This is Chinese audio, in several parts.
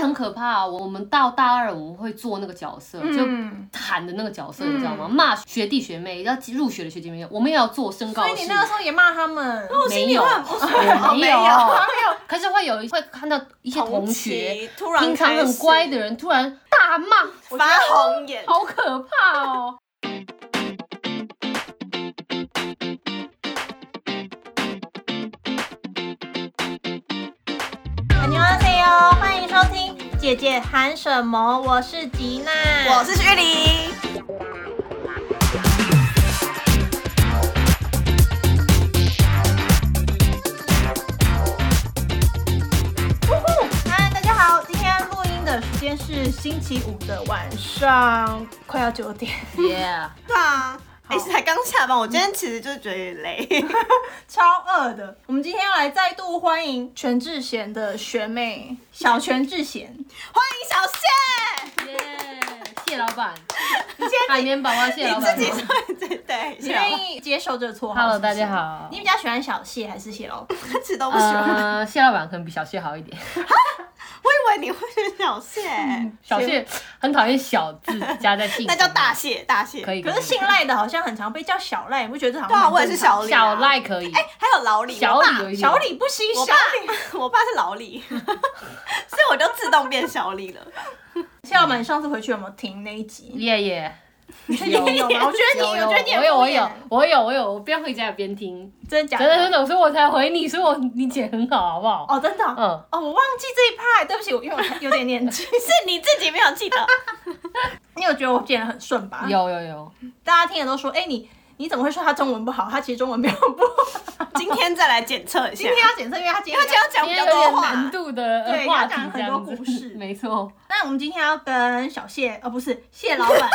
很可怕、啊我我们到大二，我们会做那个角色，就嗯，喊的那个角色，你知道吗？嗯骂学弟学妹，要入学的学弟学妹，我们也要做身高所以你试。那个时候也骂他们，哦我心里会很不舒服， 我没有，有可是会有会看到一些同学，期突然平常很乖的人突然大骂，开始发红眼，好可怕 哦！ 안녕하세요，欢啊迎收听姐姐喊什么，我是吉娜，我是徐丽，嗨，大家好，今天录音的时间是星期五的晚上，快要九 点，耶，对啊，哎、好才刚下班，我今天其实就是觉得有点累， 超饿的。我们今天要来再度欢迎全智贤的学妹小全智贤， 欢迎小谢，耶， 谢老板，海绵宝宝谢老板自。己说对对，你谢老愿板意接受这个绰号 Hello，是不大是家 好你比较喜欢小谢还是谢老板？他其实都不喜欢，呃，谢老板可能比小谢好一点。我以为你会选小谢，小谢很讨厌小字加在姓，那叫大。谢，大谢，可以，可是姓赖的好像很常被叫小赖，你不觉得这好对像啊，很我也是正常小李、啊，小赖可以，还有老李，小我爸李有一点小李不行，我小爸李。，我爸是老李， 所以我就自动变小李了。 谢老板，你上次回去有没有听那一集？耶耶。你确定你有吗？我觉得你，我觉得你我很有敷我有衍我有我有，我边回家边听，真的假真的真的？的，所以我才回你，所以我你姐很好，好不好？哦，真的哦。嗯，哦，我忘记这一派，对不起，我因为我有点年纪。是你自己没有记得，你有觉得我变得很顺吧？。有有有，大家听了都说，哎，你你怎么会说他中文不好？他其实中文没有不好。今天再来检测一下今。天要检测，因为他今因为天啊今天要讲今比天较有点多难话，度的呃对话要题讲，这很多样子故事没错。那我们今天要跟小谢，哦，不是谢老板，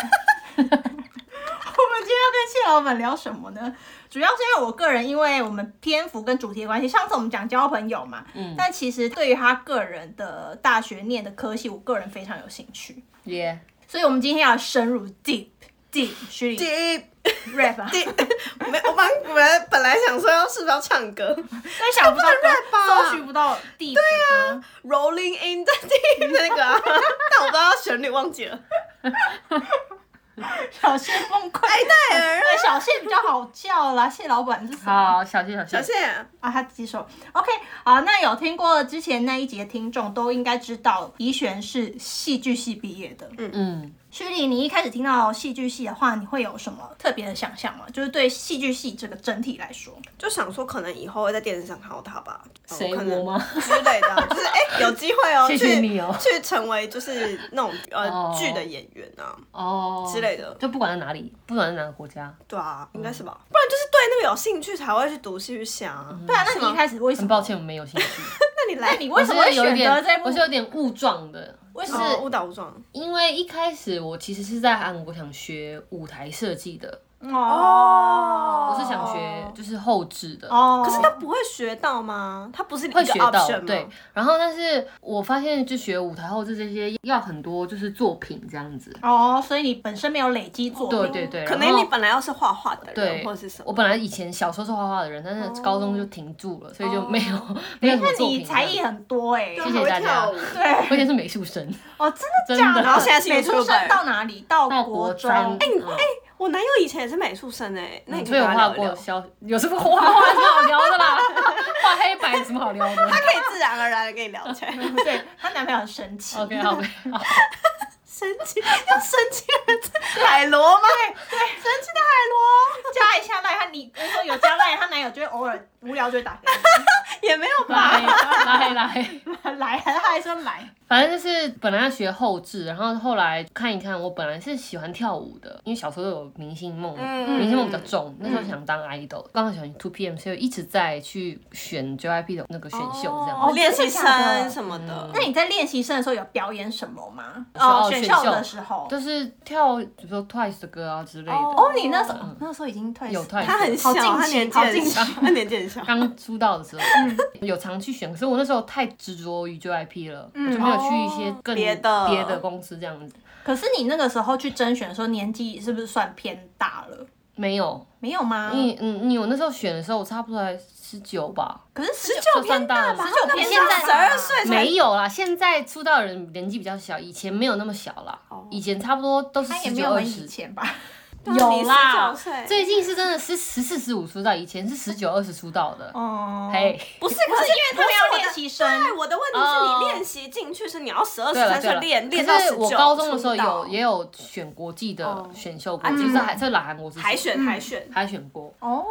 我 们今天要跟谢老板聊什么呢？主要是因为我个人，因为我们篇幅跟主题的关系，上次我们讲交朋友嘛，嗯但其实对于他个人的大学念的科系，我个人非常有兴趣，耶，所以我们今天要深入 deep deep 虚拟第 rap，啊第，没我们我们本来想说要是不是要唱歌 但想不到歌 rap 吧搜寻不到 deep 对啊， ，Rolling in the deep 那个、啊， 但我不知道旋律忘记了。小谢崩 溃，戴尔啊，对小谢比较好叫啦，谢老板是什么？好，小谢小小谢，谢，啊，他自己手。OK，好，那有听过之前那一集的听众都应该知道，怡璇是戏剧系毕业的。嗯，徐丽，你一开始听到戏剧系的话，你会有什么特别的想象吗？就是对戏剧系这个整体来说，就想说可能以后会在电视上看到他吧，哦谁可能我吗之类的 啊，就是哎、有机会哦，谢谢去你哦去成为就是那种哦呃剧的演员啊哦之类的。就不管在哪里，不管在哪个国家，对啊，哦应该是吧，不然就是对那个有兴趣才会去读戏剧系啊。嗯对啊，那你一开始为什很么？抱歉，我没有兴 趣。那你来，你你为什么会有一选择点，这部我？是有点误撞的，为什是么？哦误打误撞因为一开始我其实是在韩国想学舞台设计的，哦我是想学就是后置的。哦，可是他不会学到吗？他不是一个会学到 option 吗对，然后但是我发现就学舞台后置这些要很多就是作品这样子，哦，所以你本身没有累积作品，对对对，可然能后你本来要是画画的人对或者是什我么，哦本来以前小时候是画画的人，但是高中就停住了，所以就没有、 没有什哎么那作品你这样。才艺很多哎、谢谢大家还会跳舞对，我以前是美术生，哦，真的假真的的？然后现在是美术 YouTuber 生到哪里？哦到到国国中。三，哎嗯我男友以前也是美术生哎，那你可所以以我跟他画聊一聊过，肖，有什么画画有什么好聊的啦？ 画黑白有什么好聊的他可以自然而然的跟你聊起来， 对她男朋友很神奇。 ？OK，好， 好神奇要神奇的海螺吗？对，神奇的海螺加一下赖，她你我说有加赖，她男友就会偶尔无聊就会打给也没有拉吧黑，，拉黑，拉黑。你 来，她还说来。反正就是本来要学后置，然后后来看一看，我本来是喜欢跳舞的，因为小时候有明星梦，嗯明星梦比较重，那时候想当 idol，刚好喜欢 Two PM，所以一直在去选 JYP 的那个选秀这样。哦，练习真的假的生什么的嗯，那你在练习生的时候有表演什么吗？哦选选秀秀的时候。就是跳，比如说 Twice 的歌啊之类的。哦，你那时候那时候已经退嗯有 Twice，他很小，好近期他年纪好近很期 小，他年纪 很小。刚出道的时候嗯 有常去选，可是我那时候太执着于 JYP 了，嗯我就没有去一些更嗯哦别的别的公司这样子。可是你那个时候去甄选的时候，年纪是不是算偏大了？没有，没有吗？你嗯，你我那时候选的时候，我差不多才十九吧，可是十就算大吗？九偏现在大十二岁才没有啦，现在出道人年纪比较小，以前没有那么小啦，哦以前差不多都是他也十没九有二很以十。前吧？有啦19岁，最近是真的是十四十五出道，以前是十九二十出道的。哎哦，嘿，不是，可是因为他没有我的练习生，对，我的问题哦是你练习进去是你要十二对十了三对岁了，练，练到可是十我九。高中的时候出道有也有选国际的选秀过，嗯就是还在来韩国之前海选海选，海选过，哦，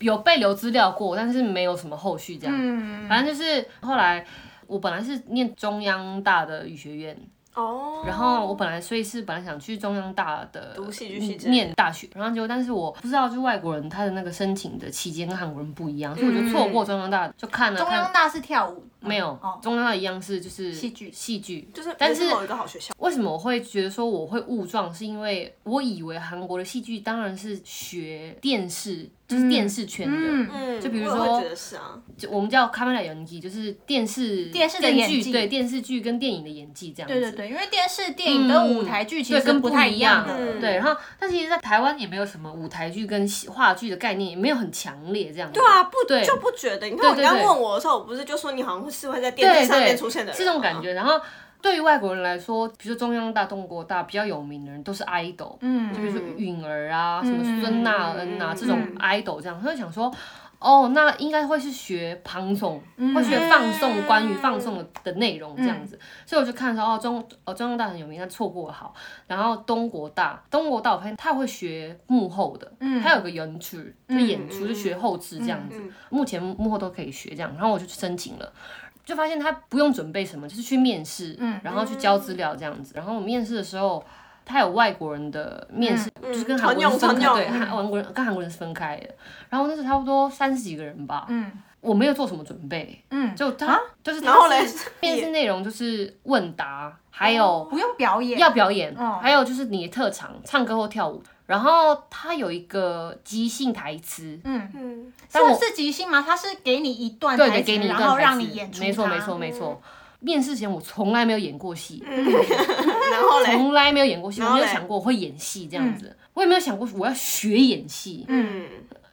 有被留资料过，但是没有什么后续这样。嗯，反正就是后来我本来是念中央大的语学院，哦，嗯然后我本来所以是本来想去中央大的读戏剧系之类的念大学，然后结果但是我不知道就是外国人他的那个申请的期间跟韩国人不一样，所以我就错过中央大，就看了中看央。大是跳舞，没有，哦中央大一样是就是戏剧戏剧就是，但也是某一个好学校，为什么我会觉得说我会误撞，是因为我以为韩国的戏剧当然是学电视，就是电视圈的，嗯，嗯，就比如我也说会觉得是啊，就我们叫카메라演技，就是电视电视的演技电剧对电视剧跟电影的演技这样子。对对对，因为电视、电影跟舞台剧其嗯对，实跟不不太一样的的，嗯对，然后但其实，在台湾也没有什么舞台剧跟戏话剧的概念，也没有很强烈这样子。对啊，不对就不觉得？你看我对对刚对问我的时候，我不是就说你好像是会在对，电对视上面出现的人，啊是这种感。觉。然后对于外国人来说，比如说中央大、中国大比较有名的人都是 idol，嗯就比如说允儿啊、什么孙娜恩啊、嗯这种嗯 idol 这样，他就想说。哦，那应该会是学庞总，嗯会学放送关于放送的的内容这样子，所以我就看说哦中哦中央大很有名，但错过了好，然后东国大东国大我发现他会学幕后的，嗯他有个演出就演出就学后置这样嗯子，目前幕后都可以学这样，然后我就去申请了。就发现他不用准备什么，就是去面试，然后去交资料这样子。然后我面试的时候，他有外国人的面试，就是跟韩国人是分常开，用常对，用韩韩国人跟韩国人是分开的。然后那是差不多三十几个人吧，嗯我没有做什么准备，嗯，就他就是他然后嘞是 面试内容就是问答，还有不用表演，要表演，哦还有就是你的特长，唱歌或跳舞。然后他有一个即兴台词，嗯，嗯，但我是是即兴吗？他是给你一段对台对，词，给你一段然后台让词你演出它，没错没错没错。面试前我从来没有演过戏，然后嘞，从来没有演过戏，我然后没嘞有想过我会演戏这样子，我也没有想过我要学演戏，嗯，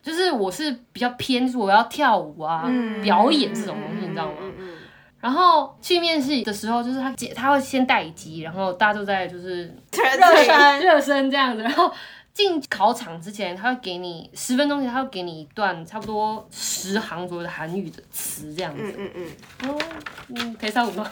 就是我是比较偏，就是我要跳舞啊、嗯表演这种东西，你知道吗？嗯嗯然后去面试的时候，就是他姐他会先带一集，然后大家就在就是热身热身这样子，然后。进考场之前，他会给你十分钟前，他会给你一段差不多十行左右的韩语的词这样子。嗯嗯嗯，嗯，可以跳舞吗？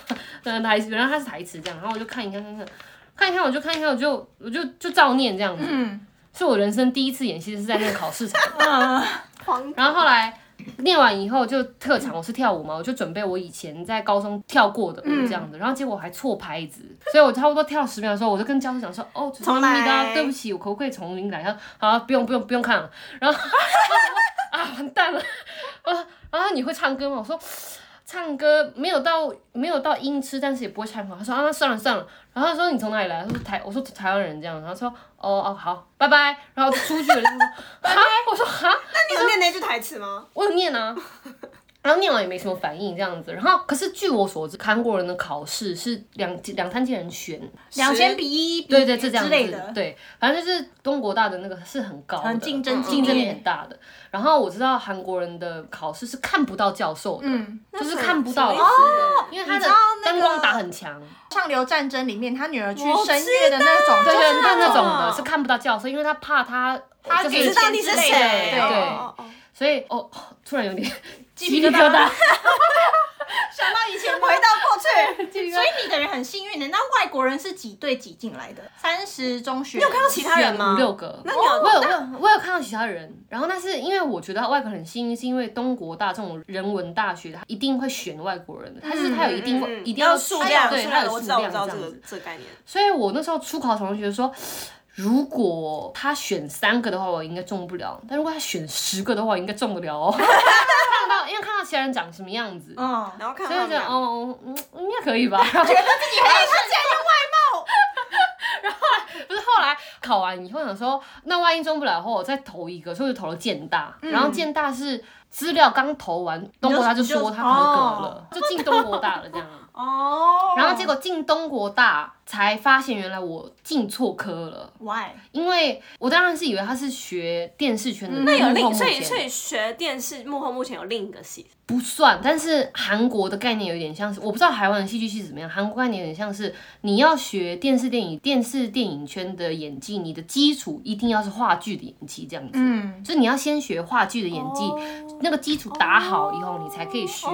嗯，台词，然后它是台词这样，然后我就看一看，看看，看一看，我就看一看，我就我就就照念这样子。嗯是我人生第一次演戏是在那个考试场， 嗯黄然后后来念完以后就特长，我是跳舞嘛，我就准备我以前在高中跳过的舞嗯这样子，然后结果我还错拍子，所以我差不多跳十秒的时候，我就跟教授讲说，哦，重来的啊，对不起，我可不可以重新来？他说好，啊不用不用不用看了，然后 啊完蛋了，啊然后你会唱歌吗？我说。唱歌没有到没有到音痴，但是也不会唱好。他说啊，那算了算了。然后他说你从哪里来？他说台，我说台湾人这样。然后他说哦哦好，拜拜。然后出去了。他说哈，我说哈，那你有念那句台词吗？我有念啊， 然后念完也没什么反应这样子。然后可是据我所知，韩国人的考试是两两三千人选，两千比一，比对对，是这样之子类的，对，反正就是东国大的那个是很高的，很竞争激竞争力烈很，大的。然后我知道韩国人的考试是看不到教授的，嗯。就是看不到什么意思哦，因为他你的知道那灯个光打很强，上流战争里面，他女儿去我声知乐的那种，对就对，是那那种的哦是看不到教授，因为他怕他。他就是给知道你是之类谁？的对哦对，所以哦，突然有点鸡鸡皮皮疙疙瘩瘩。。想到以前回 到过去。所以你等于很幸运的。那外国人是几对几进来的？三十中学，你有看到其他人吗五六个，那你有我有我有我有看到其他人，然后但是因为我觉得外国人很幸运，是因为东国大这种人文大学，他一定会选外国人的，但是他有一定会、嗯一定要数选量，对，数他量有我数知道，我量知这道样这个子。这个概念。所以我那时候出考场就觉得说。如果他选三个的话，我应该中不了；但如果他选十个的话，我应该中得了 哦。看到，因为看到其他人长什么样子，嗯，然后看所到以我就觉他们得俩哦，嗯，应该可以 吧。然后你还是这样，不是后来考完以后想说，那万一中不了的话，我再投一个，所以我就投了建大。嗯然后建大是资料刚投完，东国大就说他合格了，就进东国大了这样。哦，然后结果进东国大才发现，原来我进错科了， why？因为我当然是以为他是学电视圈的幕后幕嗯那前，有另，所以所以学电视幕后目前有另一个系，不算，但是韩国的概念有点像是，我不知道台湾的戏剧系怎么样，韩国概念有点像是你要学电视电影、电视电影圈的演技，你的基础一定要是话剧的演技这样子，嗯，就是你要先学话剧的演技，哦那个基础打好以后，你才可以学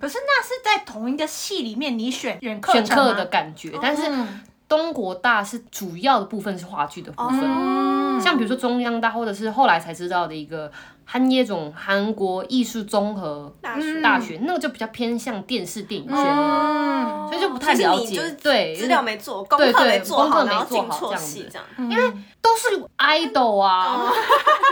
可是那是在同一个系里面，你选选课选程吗课的，感觉。但是嗯东国大是主要的部分是话剧的部分，嗯，像比如说中央大，或者是后来才知道的一个韩耶种韩国艺术综合大学大学，那个就比较偏向电视电影圈了。嗯，所以就不太了解，哦就是你对，资料没做，功对课对没做功课好，没然后做进好这错样系子嗯这因样。为都是 idol 哦啊，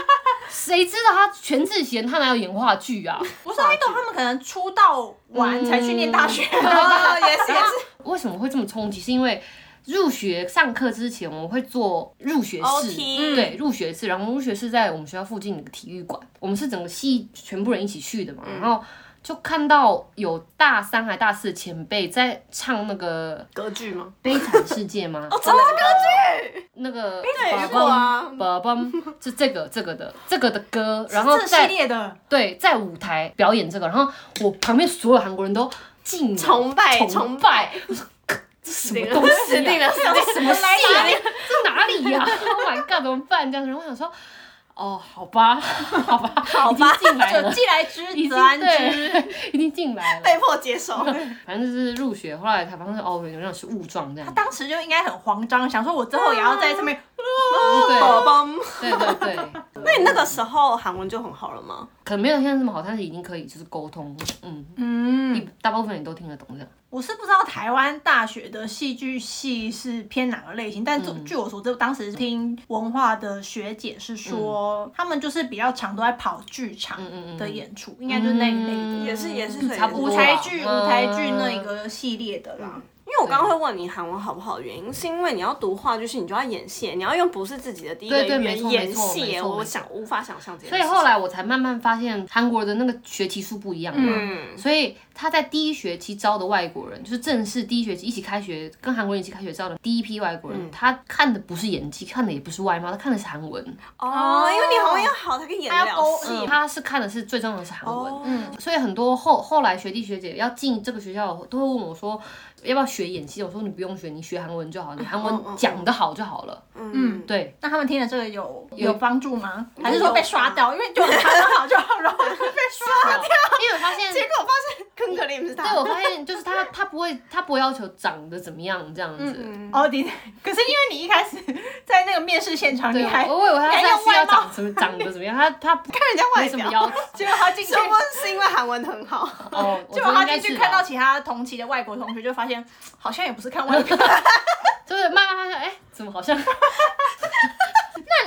谁知道他全智贤他哪有演话剧啊？不是 idol，他们可能出道完才去念大学，嗯哦，也 是也是，为什么会这么冲击？是因为入学上课之前，我们会做入学式 OT 对，入学式，然后入学式在我们学校附近的一个体育馆，我们是整个系全部人一起去的嘛，嗯然后。就看到有大三还大四的前辈在唱那个格剧吗？ 《悲惨世界》吗？哦，真的是歌剧，那个惨世界宝宝啊宝宝是这个这个的这个的歌，然后这系在列的，对，在舞台表演这个，然后我旁边所有韩国人都敬仰崇拜崇崇拜，我说这什么东西、死定啊？了，死定了，什么戏啊？这哪里呀、o h my god，怎么办？这样子，然后我想说，哦，好吧，好吧，好吧已经进来就了，既来已之则安经之，对，已经进来了。被迫接受。反正就是入学，后来才发现哦，原来是误撞这样他。当时就应该很慌张，想说我之后也要在上面，对宝宝，对对对，哦 那你那个时候韩文就很好了吗？可能没有现在这么好，但是已经可以就是沟通，嗯，嗯，大部分人都听得懂这样。嗯我是不知道台湾大学的戏剧系是偏哪个类型，但据嗯据我所知，当时听文化的学姐是说，他们就是比较常都在跑剧场嗯的演出，应该就是那一类的。也是也是可以差不多舞啦台剧、嗯舞台剧那一个系列的啦，因为我刚刚会问你韩文好不好，原因是因为你要读话剧系，你就要演戏，你要用不是自己的第一个对语对没错言演没错没戏，错没我错想无法想象这件所事以情。后来我才慢慢发现韩国的那个学期数不一样嘛，嗯所以他在第一学期招的外国人，就是正式第一学期一起开学，跟韩国人一起开学招的第一批外国嗯人，他看的不是演技，看的也不是外貌，他看的是韩文，哦，因为你韩文要好，才可以演得还要了勾戏。嗯他是看的是最重要的是韩文。哦，所以很多后后来学弟学姐要进这个学校，都会问我说要不要学演戏。我说你不用学，你学韩文就好，你韩嗯嗯文嗯讲得好就好了。嗯，对， 那他们听了这个有有有帮助吗？还是说被刷掉？因为就很好就好，然后就被刷掉。因为我发现结果我发现坑可怜不是他，对，我发现就是他，他不会，他不会要求长得怎么样这样子。哦，你可是因为你一开始在那个面试现场，对，你还我我以为他还是用需要外貌长什么长得怎么样，他 他不看人家没外什么表，要求。结果他进去说不定是因为韩文很好， 哦，我结觉果得他应该进是去吧看到其他同期的外国同学，就发现 好像也不是看外 国。就是慢慢发现，哎，怎么好像那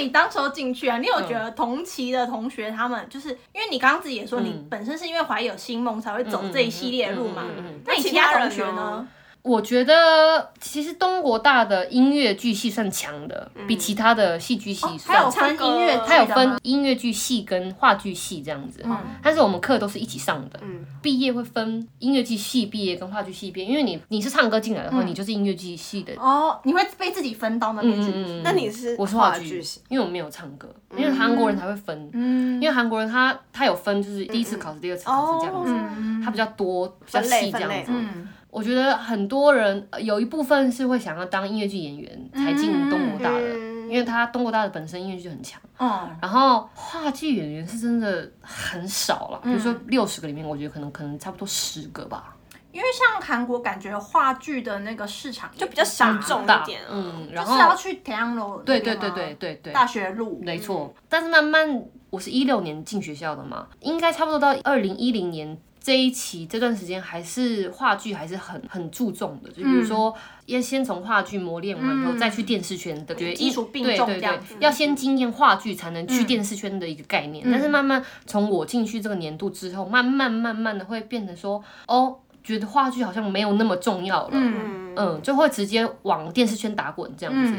你当时候进去啊，你有觉得同期的同学他们，就是因为你刚刚自己也说，你本身是因为怀有星梦才会走这一系列的路嘛嗯嗯嗯嗯嗯嗯嗯？那你其他同学呢？我觉得其实东国大的音乐剧系算强的，比其他的戏剧系嗯哦还有算。分音乐剧的吗，嗯它有分音乐剧系跟话剧系这样子，但是我们课都是一起上的。毕业会分音乐剧系毕业跟话剧系毕业，因为你你是唱歌进来嗯的话，你就是音乐剧系的哦，你会被自己分到那边去。嗯那你是我是话话剧剧系，因为我没有唱歌，因为韩国人才会分，嗯因为韩国人他他有分，就是第一次考试、第二次考试这样哦子，他比较多比较分类细这分样类子。我觉得很多人呃有一部分是会想要当音乐剧演员才进东国大的，嗯因为他东国大的本身音乐剧就很强，哦，然后话剧演员是真的很少了，比嗯如说六十个里面，我觉得可能可能差不多十个吧，因为像韩国感觉话剧的那个市场就就比较小众大一点，嗯，嗯，就然是要后去田洋楼那对边对吗对对对对，大学路没错，嗯但是慢慢，我是一六年进学校的嘛，应该差不多到二零一零年这一期这段时间，还是话剧还是很很注重的，就比如说嗯要先从话剧磨练完以后，再去电视圈的，觉得嗯基础并对重对这样嗯子对，要先经验话剧才能去电视圈的一个概念。嗯但是慢慢从我进去这个年度之后，慢慢慢慢的会变成说，哦，觉得话剧好像没有那么重要了，嗯就会直接往电视圈打滚这样子，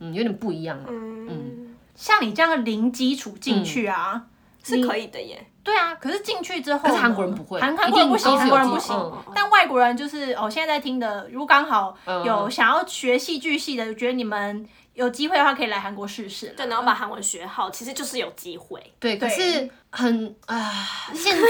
嗯有点不一样了、啊嗯，像你这样零基础进去啊，嗯是可以的耶，对啊，可是进去之后呢，可是韩国人不会韩韩国人不一行，定韩国人都不是有行进。但外国人就是哦，现在在听的，如果刚好嗯有想要学戏剧系的，觉得你们有机会的话，可以来韩国试试啦。对，然后把韩文学好，其实就是有机会。对， 可对是很啊，现在这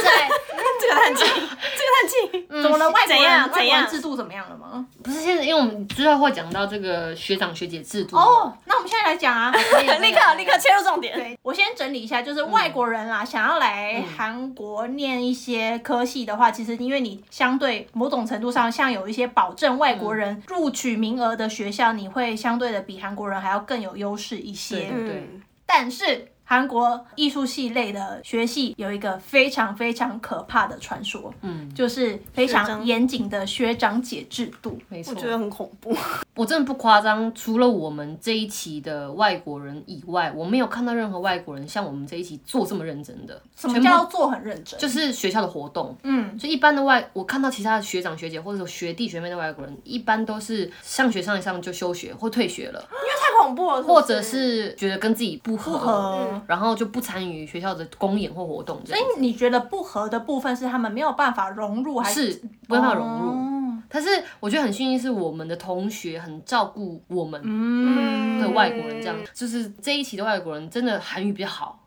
个叹气，这个叹气，嗯怎么了？外国怎样人外怎国人样制度怎么样了吗？不是现在，因为我们之后会讲到这个学长学姐制度哦，那我们现在来讲 啊。可以可以立刻立刻切入重点。对，我先整理一下，就是嗯外国人啦，想要来韩国念一些科系的话，其实因为你相对某种程度上，像有一些保证外国嗯人录取名额的学校，你会相对的比韩国人还要更有优势一些。对嗯，但是韩国艺术系类的学系有一个非常非常可怕的传说，嗯，就是非学常长严谨的学长姐制度。没错我，觉得很恐怖。我真的不夸张，除了我们这一期的外国人以外，我没有看到任何外国人像我们这一期做这么认真的，什全么部叫做很认真？就是学校的活动。嗯，就一般的外，我看到其他的学长学姐或者有学弟学妹的外国人，一般都是上学上一上就休学或退学了，太恐怖了，或者是觉得跟自己不不合，合。然后就不参与学校的公演或活动这所样。以呃你觉得不合的部分是他们没有办法融入，还是没办法融入，哦但是我觉得很幸运，是我们的同学很照顾我们嗯的外国人，这样、就是这一期的外国人真的韩语比较好，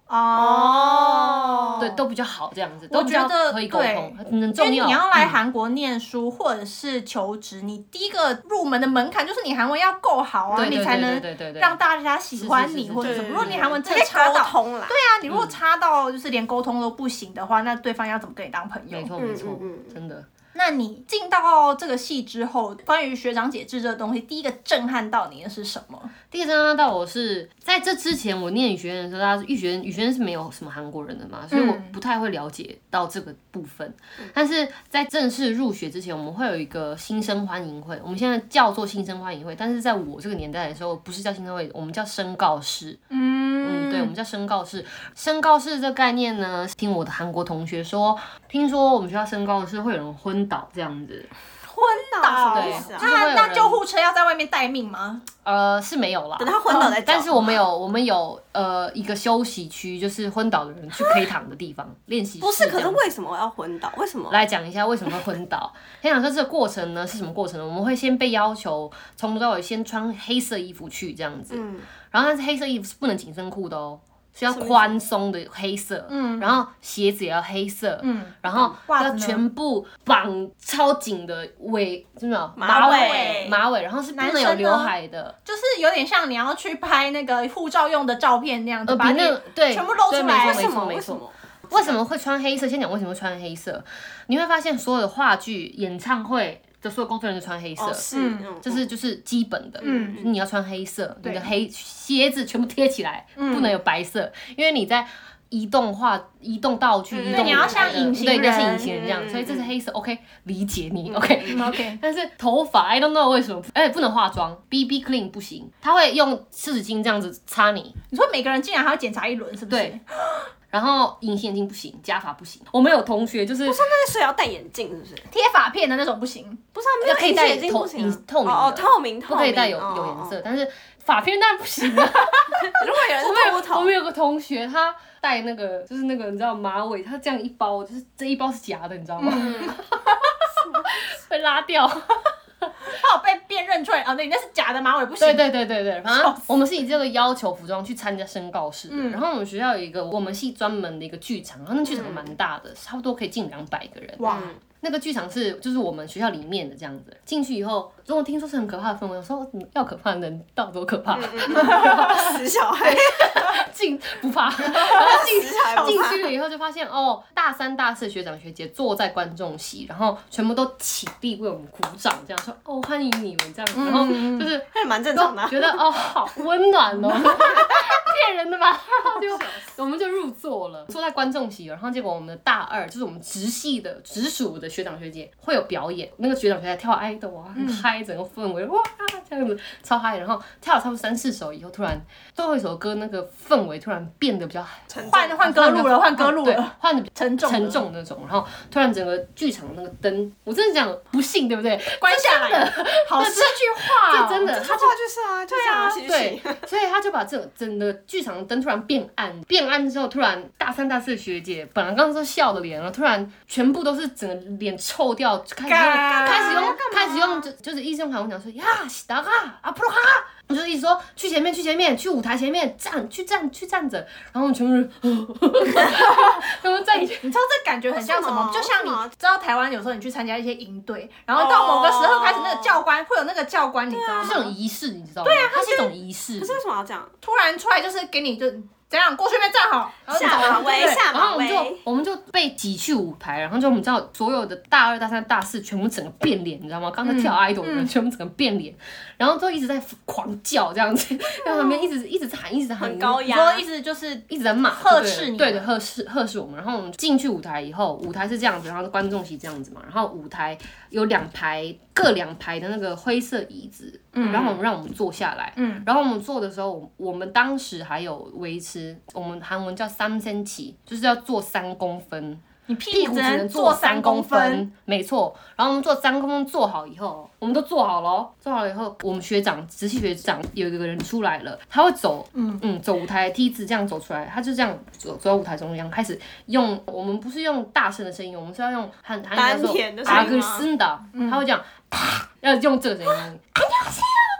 哦，对，都比较好这样子，我都比较觉得可以沟通，很因为重你要。要来嗯韩国念书或者是求职，你第一个入门的门槛就是你韩文要够好啊，对对你才对能对对对对让大家喜欢是是你是或者对什么。对如果你韩文直真的接差沟到，通啦。对啊，你嗯如果差到就是连沟通都不行的话，那对方要怎么跟你当朋友没？错没嗯错嗯，嗯真的那你进到这个系之后，关于学长姐制这个东西，第一个震撼到你的是什么？第一个震撼到我是在这之前，我念语学院的时候，大家语学院语学院是没有什么韩国人的嘛，所以我不太会了解到这个部分。但是在正式入学之前，我们会有一个新生欢迎会，我们现在叫做新生欢迎会，但是在我这个年代的时候，不是叫新生会，我们叫申告式。嗯，嗯对，我们叫申告式。申告式这概念呢，听我的韩国同学说，听说我们学校申告式会有人昏倒这样子，昏倒对是啊就是会那有那人救护车要在外面待命吗？呃，是没有啦。嗯等他昏倒再找。但是我们有我们有呃一个休息区，就是昏倒的人去可以躺的地方练习室这不样子。是，可是为什么我要昏倒？为什么？来讲一下为什么会昏倒。先讲说这个过程呢是什么过程呢？我们会先被要求从头到尾先穿黑色衣服去这样子，嗯，然后但是黑色衣服是不能紧身裤的哦，是要宽松的黑色，嗯，然后鞋子也要黑色，嗯，然后袜子要呢全部绑超紧的尾，真的马尾尾马尾，然后是不能男有生呢刘海的，就是有点像你要去拍那个护照用的照片那样子，呃，比把那你个对全部露对出来没为错什没错么？为没什错。么？ 为什么会穿黑色？先讲为什么会穿黑色。你会发现所有的话剧、演唱会的所有工作人员都穿黑色，哦，是，嗯嗯这是就是基本的。嗯就是你要穿黑色，你对的黑鞋子全部贴起来，不能有白色，因为你在。移动化、移动道具、嗯移动对你要像人的隐形对，你要像人隐形人这样，嗯所以这是黑色，OK，理解你嗯，OK，嗯 OK。 但是头发，I don't know 为什么，哎，不能化妆，BB clean 不行，他会用湿纸巾这样子擦你，你说每个人竟然还要检查一轮，是不是？对，然后隐形眼镜不行，假发不行。我们有同学就是那所以要戴眼镜是不是？贴发片的那种不行，不是啊，没有可以隐形戴眼镜透不行啊隐透明的哦，哦透明，透不明可以戴有哦有颜哦色，但是发片当然不行 啊。如果有人是 秃我头，们有个同学，他戴那个就是那个你知道马尾，他这样一包，就是这一包是假的，你知道吗？嗯 会拉 掉。怕我被辨认出来啊、哦，那你那是假的马尾不行。对对对对对，反正我们是以这个要求服装去参加申告式的。嗯然后我们学校有一个我们系专门的一个剧场，然后那剧嗯场蛮大的，差不多可以进两百个人。哇，那个剧场是就是我们学校里面的这样子，进去以后，如果听说是很可怕的氛围，我说嗯要可怕能到多可嗯怕， 死小孩， 进不 怕，进死小孩不进怕去了以后就发现哦，大三大四学长学姐坐在观众席，然后全部都起立为我们鼓掌，这样说哦欢迎你们这样，然嗯后就是还蛮正常的都 啊。觉得哦好温暖 哦，骗人的吧？就我们就入座了，坐在观众席，然后结果我们的大二就是我们直系的直属的学长学姐会有表演，那个学长学姐跳爱豆啊，很嗨，整个氛围哇这样子超嗨，然后跳了差不多三四首以后，突然最后一首歌那个氛围突然变得比较 陈换换歌路了，换歌路对了，，换的比沉较重沉了重那种，然后突然整个剧场那个灯，我真的讲不信对不对？关下来，好诗句话哦，这真的他话就是啊，就是啊，戏剧对系，，所以他就把这个整个剧场的灯突然变暗，变暗之后，突然大三、大四的学姐本来刚刚都笑的脸，然后突然全部都是整个脸臭掉，就开始用干开始要用开始用就就是医生喊我讲说呀喜达哈啊普鲁哈，我就一直说去前面去前面去舞台前面站去站去站着，然后我们全部人， 然后站起来你知道这感觉很像什么？为什就么像为什么你知道台湾有时候你去参加一些营队，然后到某个时候开始，那个教官会有那个教官，你知道是一种吗？仪式，你知道吗？对啊，它是一种仪式可。是为什么要这样？突然出来就是给你就怎样过去那边站好，然后下马威，对下啊然后马我们就威，我们就被挤去舞台，然后就我们知道所有的大二、大三、大四全部整个变脸，你知道吗？刚才嗯跳 idol 的人、全部整个变脸，然后都一直在狂叫这样 子，然后他们一直一直在喊，一直在喊，很高你压，说意思就是一直在骂，呵对斥你对们对，呵斥呵斥我们。然后我们进去舞台以后，舞台是这样子，然后观众席这样子嘛，然后舞台有两排各两排的那个灰色椅子，然后我们让我们坐下来，嗯然后我们坐的时候，我我们当时还有维持我们韩文叫三센起，就是要坐三公分，你屁屁股股只只能能坐坐三三公公分，分，没错。然后我们坐三公分坐好以后，我们都坐好了哦，坐好了以后，我们学长直系学长有一个人出来了，他会走，嗯嗯，走舞台梯子这样走出来，他就这样走走到舞台中央，开始用我们不是用大声的声音，我们是要用很很丹田的声音吗阿格森的，他会这样，啪要用这个声音，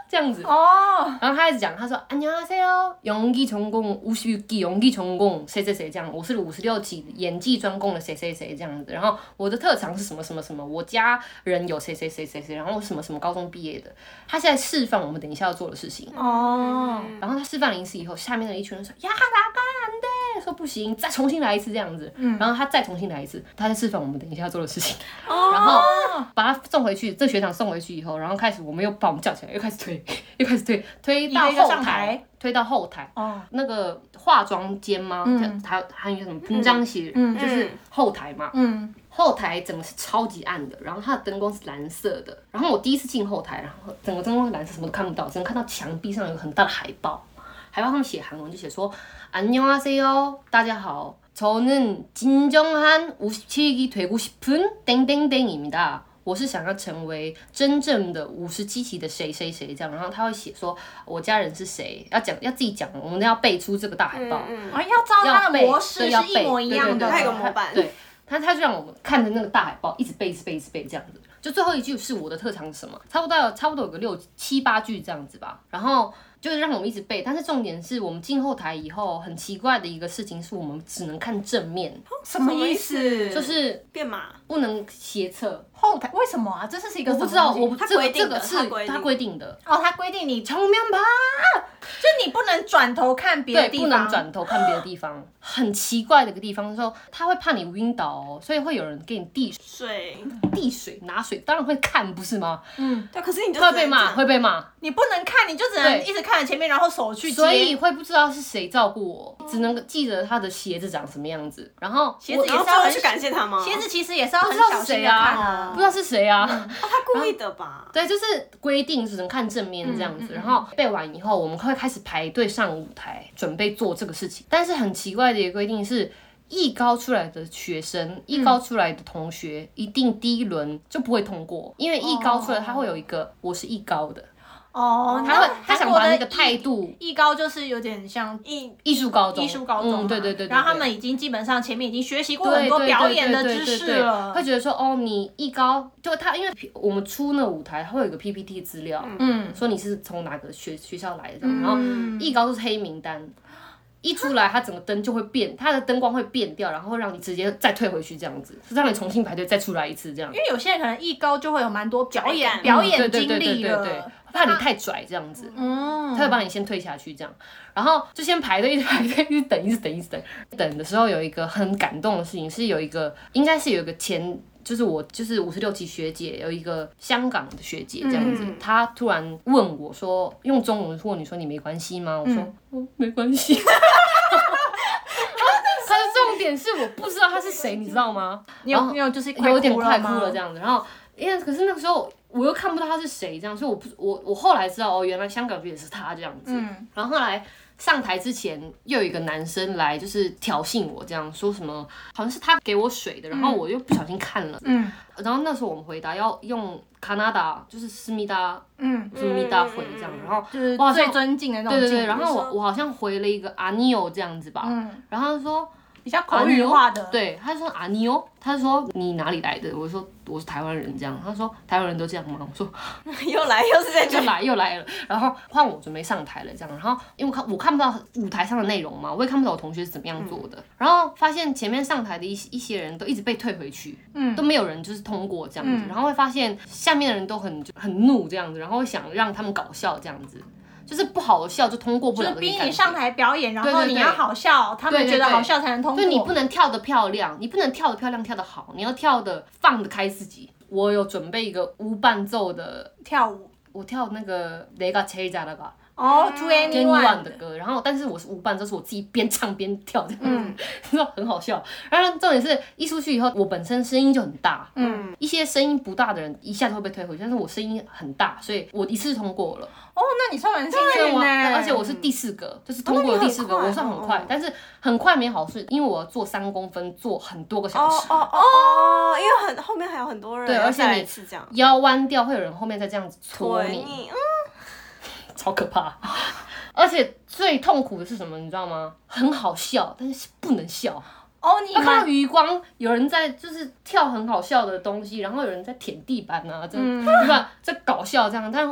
这样子。哦，然后他一直讲，他说안녕하세요연기전공우시기연기전공谁谁谁这样，我是五十六级演技专攻的谁谁谁这样子。然后我的特长是什么什么什么，我家人有谁谁谁谁谁，然后我什么什么高中毕业的。他现在示范我们等一下要做的事情。哦，然后他示范了一次以后，下面的一群人说呀，哪个安的，说不行，再重新来一次这样子。然后他再重新来一次，他在示范我们等一下要做的事情。然后哦把他送回去，这学长送回去以后，然后开始我们又把我们叫起来，又开始推， 又开始推，推到一个一个后上台台，推到后台。哦，那个化妆间吗？嗯台韩语叫什么？平章鞋，嗯就是嗯后台嘛。嗯，后台整个是超级暗的，然后它的灯光是蓝色的。然后我第一次进后台，然后整个灯光是蓝色，什么都看不到，只能看到墙壁上有个很大的海报，海报上面写韩文，就写说“안녕하세요，大家好，저는진정한57기되고싶은 땡땡땡입니다。”我是想要成为真正的五十七期的谁谁谁这样，然后他会写说我家人是谁，要讲要自己讲，我们要背出这个大海报。嗯，啊，要照他要的背，模式对要是背一模一对对对样的，它有个模板对，他他就让我们看着那个大海报，一直背，一直背，一直背这样子。就最后一句是我的特长是什么，差不多有差不多有个六七八句这样子吧。然后就是让我们一直背，但是重点是我们进后台以后，很奇怪的一个事情是我们只能看正面，哦什么意思？ 就是变马，不能斜侧。后台为什么啊？这是一个我什么不知道，东西我不它这个规定这的个是它规定它规定的，哦，他规定你就从面吧。你不能转头看别的对，地不方，能转头看别的地方，很奇怪的一个地方。之后他会怕你晕倒哦，所以会有人给你递水，递水拿水，当然会看，不是吗？对，可是你就会只能被这骂，样会被骂，你不能看，你就只能对一直看着前面，然后手去接。所以会不知道是谁照顾我，只能记得他的鞋子长什么样子，然后鞋子我也然后是最要后很去感谢他吗？鞋子其实也是要啊不很知道小是心谁的看啊，不知道是谁嗯啊。哦他故意的吧？对，就是规定只能看正面这样嗯子，然后背完以后，我们会开始排队上舞台，准备做这个事情。但是很奇怪的一个规定是，艺高出来的学嗯生，艺高出来的同学，一定第一轮就不会通过，因为艺高出来他会有一个我是艺高的，哦，他会然后他想韩国把的那个态度艺高就是有点像一艺术高中，艺术高中嘛、嗯、对对对对然后他对们已经基本上前面已经学习过对很多对表对演对的对知对识对了。会觉得说哦，你艺高就他，因为我们出那舞台，他会有个 PPT 资料，嗯，说你是从哪个学学校来的，然后艺高都是黑名单。一出来，它整个灯就会变，它的灯光会变掉，然后会让你直接再退回去这样子，让你重新排队再出来一次这样。因为有些人可能艺高就会有蛮多表演嗯表对演对经对对历对对了。，怕你太拽这样子。嗯，他会把你先推下去，这样，然后就先排队，一直排队，一直等，一直等，一直等。等的时候有一个很感动的事情，是有一个应该是有一个前，就是我就是五十六级学姐，有一个香港的学姐这样子，嗯她突然问我说，用中文问你哦 说你没关系吗？我说、嗯、没关系。她是重点是我不知道他是谁，你知道吗？你然有后你有就是快有点快哭吗了这样子。然后，因为可是那个时候我又看不到他是谁，这样，所以我不我我后来知道哦，原来香港剧也是他这样子。嗯然后后来上台之前，又有一个男生来就是挑衅我，这样说什么好像是他给我水的，然后我又不小心看了。嗯然后那时候我们回答要用 Canada，就是思密达嗯，思密达回这样，然后。就是我好像最尊敬的那种对对敬对，语然后我说我好像回了一个阿尼欧这样子吧，嗯然后他说哦比较口语化的，，对，他说啊你哦，他说你哪里来的？我说我是台湾人这样。他说台湾人都这样吗？我说又来又 是在这又来又来了。然后换我准备上台了这样，然后因为我看我看不到舞台上的内容嘛，我也看不到我同学是怎么样做嗯的。然后发现前面上台的一些一些人都一直被退回去，嗯都没有人就是通过这样子，然后会发现下面的人都很就很怒这样子，然后会想让他们搞笑这样子，就是不好笑就通过不就了是的一个逼感你觉上台表演，然对后对你对要好笑，他们对对觉得对好笑才能通过，就你不能跳的漂亮，你不能跳的漂亮，跳的好，你要跳的放得开自己。我有准备一个无伴奏的，跳舞我跳那个《雷嘎切加》那个哦，To j e n n y One Anyone 的歌，然后但是我是无伴奏，是我自己边唱边跳这 样子，真的、很好笑。然后重点是一出去以后，我本身声音就很大，嗯，一些声音不大的人一下子会被推回去，但是我声音很大，所以我一次通过了。哦，那你算蛮幸对，运我呢，而且我是第四个，就是通过了第四个，哦那你很快我算很哦快哦，但是很快没好事，因为我要做三公分，做很多个小 哦时，哦哦哦，因为很后面还有很多人，对而且再来你一次这样。腰弯掉，会有人后面再这样子搓对你，你，嗯超可怕。 而且最痛苦的是什么，你知道吗？很好笑，但是不能笑。哦， 你要看到们余光，有人在就是跳很好笑的东西，然后有人在舔地板啊，这对吧？在搞笑这样，但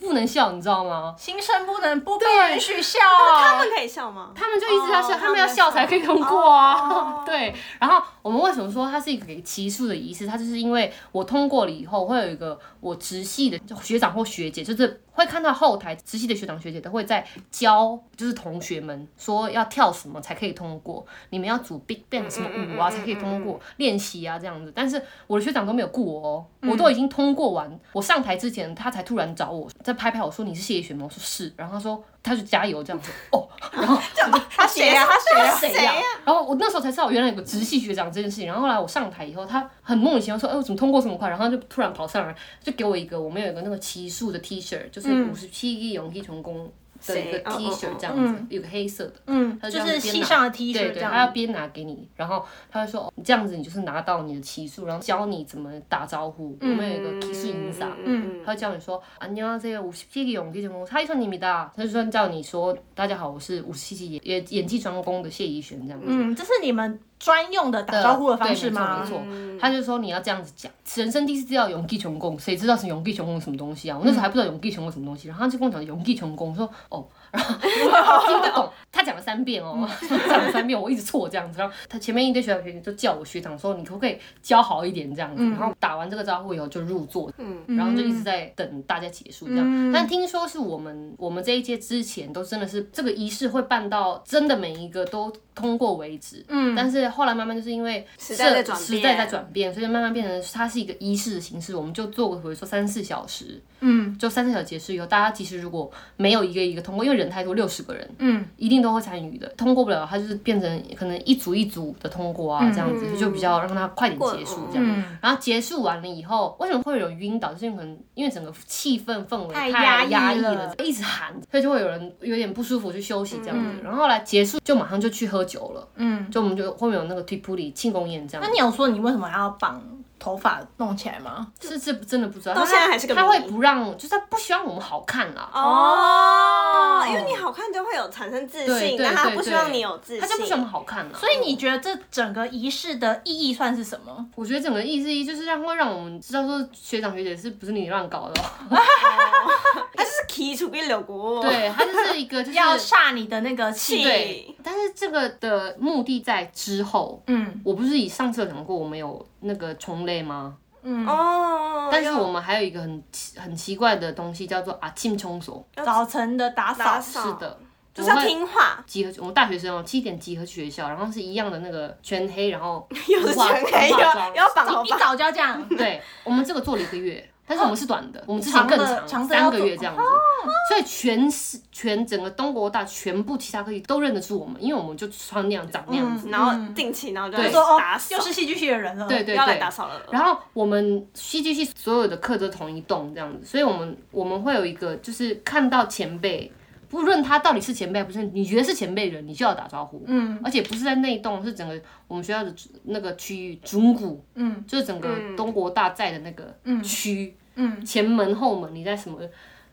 不能笑，你知道吗？心生不能不被对允许笑，他们可以笑吗？他们就一直要笑，哦他们要笑才可以通过哦啊。 对，然后我们为什么说它是一个给奇数的仪式？它就是因为我通过了以后，会有一个我直系的学长或学姐，就是会看到后台直系的学长学姐都会在教，就是同学们说要跳什么才可以通过，你们要组 Big Bang 什么舞啊才可以通过练习啊这样子。但是我的学长都没有顾我哦，我都已经通过完，我上台之前他才突然找我，在拍拍我说你是谢依璇吗？我说是，然后他说他就加油这样子哦，然后他谁呀？他谁呀？谁呀、然后我那时候才知道，原来有个直系学长这件事情。然后后来我上台以后，他很莫名其妙说：“哎，我怎么通过这么快？”然后就突然跑上来，就给我一个我们有一个那个奇数的 T 恤，就是五十七亿勇气成功的一个谁哦 T 恤哦哦这样子，有个黑色的。嗯，他就这样是子边系拿上的 T 对恤这对，他要样，边拿给你，然后他就说、哦你这样子你就是拿到你的奇数，然后教你怎么打招呼。我们有一个 T 数影响，嗯他就叫你说啊，你要这个五十七级演技成功，差一算你米达，他就说叫你说大家好，我是五十七级演演演技专攻的谢依璇这样子。嗯，这是你们专用的打招呼的方式没吗？错，没错他就说你要这样子讲，人生第一次知道永地穷功，谁知道是永地穷功什么东西啊？我那嗯时候还不知道永地穷功什么东西，然后他就跟我讲永地穷功，我说哦，然 后听不懂，他讲了三遍嗯哦，讲了三遍，我一直错这样子，然后他前面一堆学长学姐就叫我学长说你可不可以教好一点这嗯样子，然后打完这个招呼以后就入座，嗯然后就一直在等大家结束这样。但听说是我们我们这一届之前都真的是这个仪式会办到真的每一个都通过为止，嗯，但是后来慢慢就是因为时社代在转变时代在转变，所以慢慢变成它是一个仪式的形式，我们就做个比如说三四小时，嗯就三四小时结束以后，大家其实如果没有一个一个通过，因为人太多，六十个人嗯一定都会参与的，通过不了，它就是变成可能一组一组的通过嗯啊，这样子就比较让它快点结束这样。嗯，然后结束完了以后，为什么会有晕倒？就是因为可能因为整个气氛氛围太太压压抑抑了一直喊，所以就会有人有点不舒服去休息这样子。然后后来结束就马上就去喝酒了，嗯，就我们就后面有那个 t i p u l i 庆功宴这样那。你有说你为什么还要绑头发弄起来吗？是这真的不知道，到现在还是个谜他会不让，就是他不希望我们好看啦，哦，因为你好看就会有产生自对信，对但他对不希对望你有自信，嗯他就不希望我们好看啦。所以你觉得这整个仪式的意义算是什么？我觉得整个意思一就是让会让我们知道说学长学姐是不是你乱搞的哦， 他就是 key to be 柳国，，对他就是一个就是要煞你的那个气，对，但是这个的目的在之后，嗯我不是以上次有讲过我们有那个虫类吗？嗯，哦，但是我们还有一个很奇很奇怪的东西叫做阿庆冲所，早晨的打打扫，扫是，的，哦就是要我会听话，集合，我们大学生哦，七点集合去学校，然后是一样的那个全黑，然后 又是化全黑，又化妆要又要绑头一发，早就要这样，对，我们这个做了一个月，但是我们是短的，哦我们之前长的更长，长的要三做个月这样子，所以全市全整个东国大全部其他科技都认得出我们，因为我们就穿那样长那样子。嗯然后定期，然后就对嗯来说哦打，扫又，是戏剧系的人了，对对嗯要来对打，扫了。然后我们戏剧系所有的课都同一栋这样子，所以我们我们会有一个就是看到前辈，不论他到底是前辈还不是，你觉得是前辈人，你就要打招呼。嗯，而且不是在那一栋，是整个我们学校的那个区域中谷，嗯，就是整个东国大寨的那个区，嗯，前门后门，你在什么？